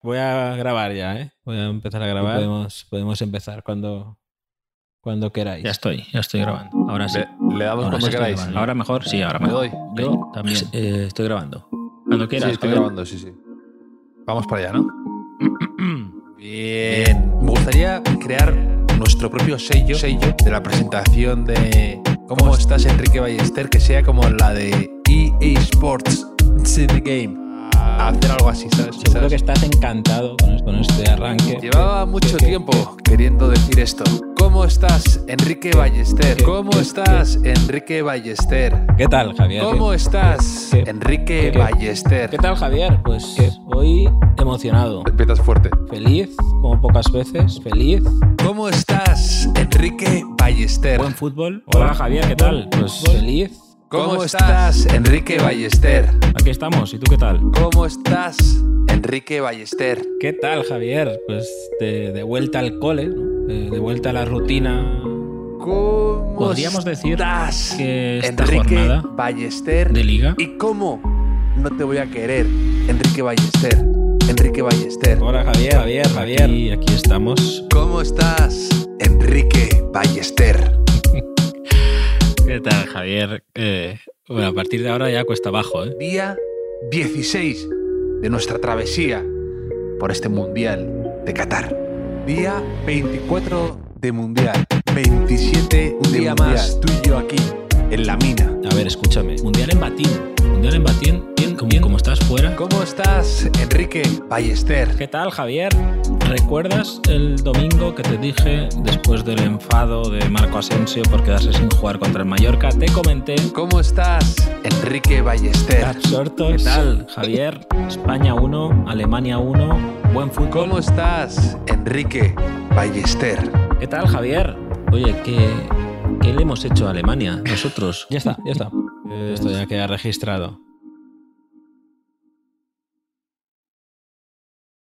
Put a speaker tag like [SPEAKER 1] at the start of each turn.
[SPEAKER 1] Voy a grabar ya, ¿eh? Voy a empezar a grabar.
[SPEAKER 2] Podemos, podemos empezar cuando, cuando queráis.
[SPEAKER 3] Ya estoy, ya estoy grabando. Ahora sí.
[SPEAKER 4] Le, le damos
[SPEAKER 3] ahora,
[SPEAKER 4] cuando
[SPEAKER 3] sí estoy
[SPEAKER 4] queráis.
[SPEAKER 3] grabando. ahora mejor, sí, ahora
[SPEAKER 4] Me
[SPEAKER 3] mejor.
[SPEAKER 4] doy.
[SPEAKER 3] Yo también eh, estoy grabando. Cuando
[SPEAKER 4] Sí,
[SPEAKER 3] quieras.
[SPEAKER 4] estoy
[SPEAKER 3] Javier.
[SPEAKER 4] grabando, sí, sí. Vamos para allá, ¿no? Bien. Me gustaría crear nuestro propio sello, sello de la presentación de cómo estás, Enrique Ballester, que sea como la de EA Sports It's in the Game. Ah, Hacer algo así, ¿sabes?
[SPEAKER 2] Seguro
[SPEAKER 4] ¿Sabes?
[SPEAKER 2] que estás encantado con este, con este arranque.
[SPEAKER 4] Llevaba mucho tiempo queriendo decir esto. ¿Cómo estás, Enrique Ballester? ¿Cómo estás, Enrique Ballester?
[SPEAKER 2] ¿Qué tal, Javier?
[SPEAKER 4] ¿Cómo estás,
[SPEAKER 2] ¿Qué?
[SPEAKER 4] Enrique
[SPEAKER 2] ¿Qué?
[SPEAKER 4] Ballester?
[SPEAKER 2] ¿Qué tal, Javier? Pues hoy emocionado,
[SPEAKER 4] Empiezas fuerte.
[SPEAKER 2] feliz, como pocas veces, feliz.
[SPEAKER 4] ¿Cómo estás, Enrique Ballester?
[SPEAKER 3] Buen fútbol.
[SPEAKER 1] Hola Javier, ¿qué tal? Pues
[SPEAKER 2] Feliz.
[SPEAKER 4] ¿Cómo estás, Enrique Ballester?
[SPEAKER 1] aquí estamos. ¿Y tú qué tal?
[SPEAKER 4] ¿Cómo estás, Enrique Ballester?
[SPEAKER 2] ¿Qué tal, Javier? Pues de, de vuelta al cole, ¿no? de, de vuelta a la rutina.
[SPEAKER 4] ¿Cómo
[SPEAKER 3] Podríamos decir
[SPEAKER 4] estás,
[SPEAKER 3] que esta
[SPEAKER 4] Enrique
[SPEAKER 3] jornada
[SPEAKER 4] Ballester?
[SPEAKER 3] de liga.
[SPEAKER 4] ¿Y cómo no te voy a querer, Enrique Ballester? Enrique Ballester.
[SPEAKER 2] Hola, Javier, Javier, Javier.
[SPEAKER 3] Aquí, aquí estamos.
[SPEAKER 4] ¿Cómo estás, Enrique Ballester?
[SPEAKER 3] ¿Qué tal, Javier? Eh, bueno, a partir de ahora ya cuesta abajo, ¿eh?
[SPEAKER 4] Día 16 de nuestra travesía por este Mundial de Qatar. Día 24 de Mundial. 27 un día más tú y yo aquí, en la mina.
[SPEAKER 2] A ver, escúchame.
[SPEAKER 3] Mundial en batín. Mundial en batín. Bien, bien, como estás fuera.
[SPEAKER 4] ¿Cómo estás, Enrique Ballester?
[SPEAKER 2] ¿Qué tal, Javier?
[SPEAKER 3] ¿Recuerdas el domingo que te dije, después del enfado de Marco Asensio por quedarse sin jugar contra el Mallorca, te comenté
[SPEAKER 4] ¿Cómo estás, Enrique Ballester?
[SPEAKER 2] Absortos.
[SPEAKER 3] ¿Qué tal, Javier? España 1, Alemania 1, buen fútbol.
[SPEAKER 4] ¿Cómo estás, Enrique Ballester?
[SPEAKER 2] ¿Qué tal, Javier?
[SPEAKER 3] Oye, ¿qué, qué le hemos hecho a Alemania nosotros? Eh,
[SPEAKER 2] Ya está, ya está. Esto ya queda registrado.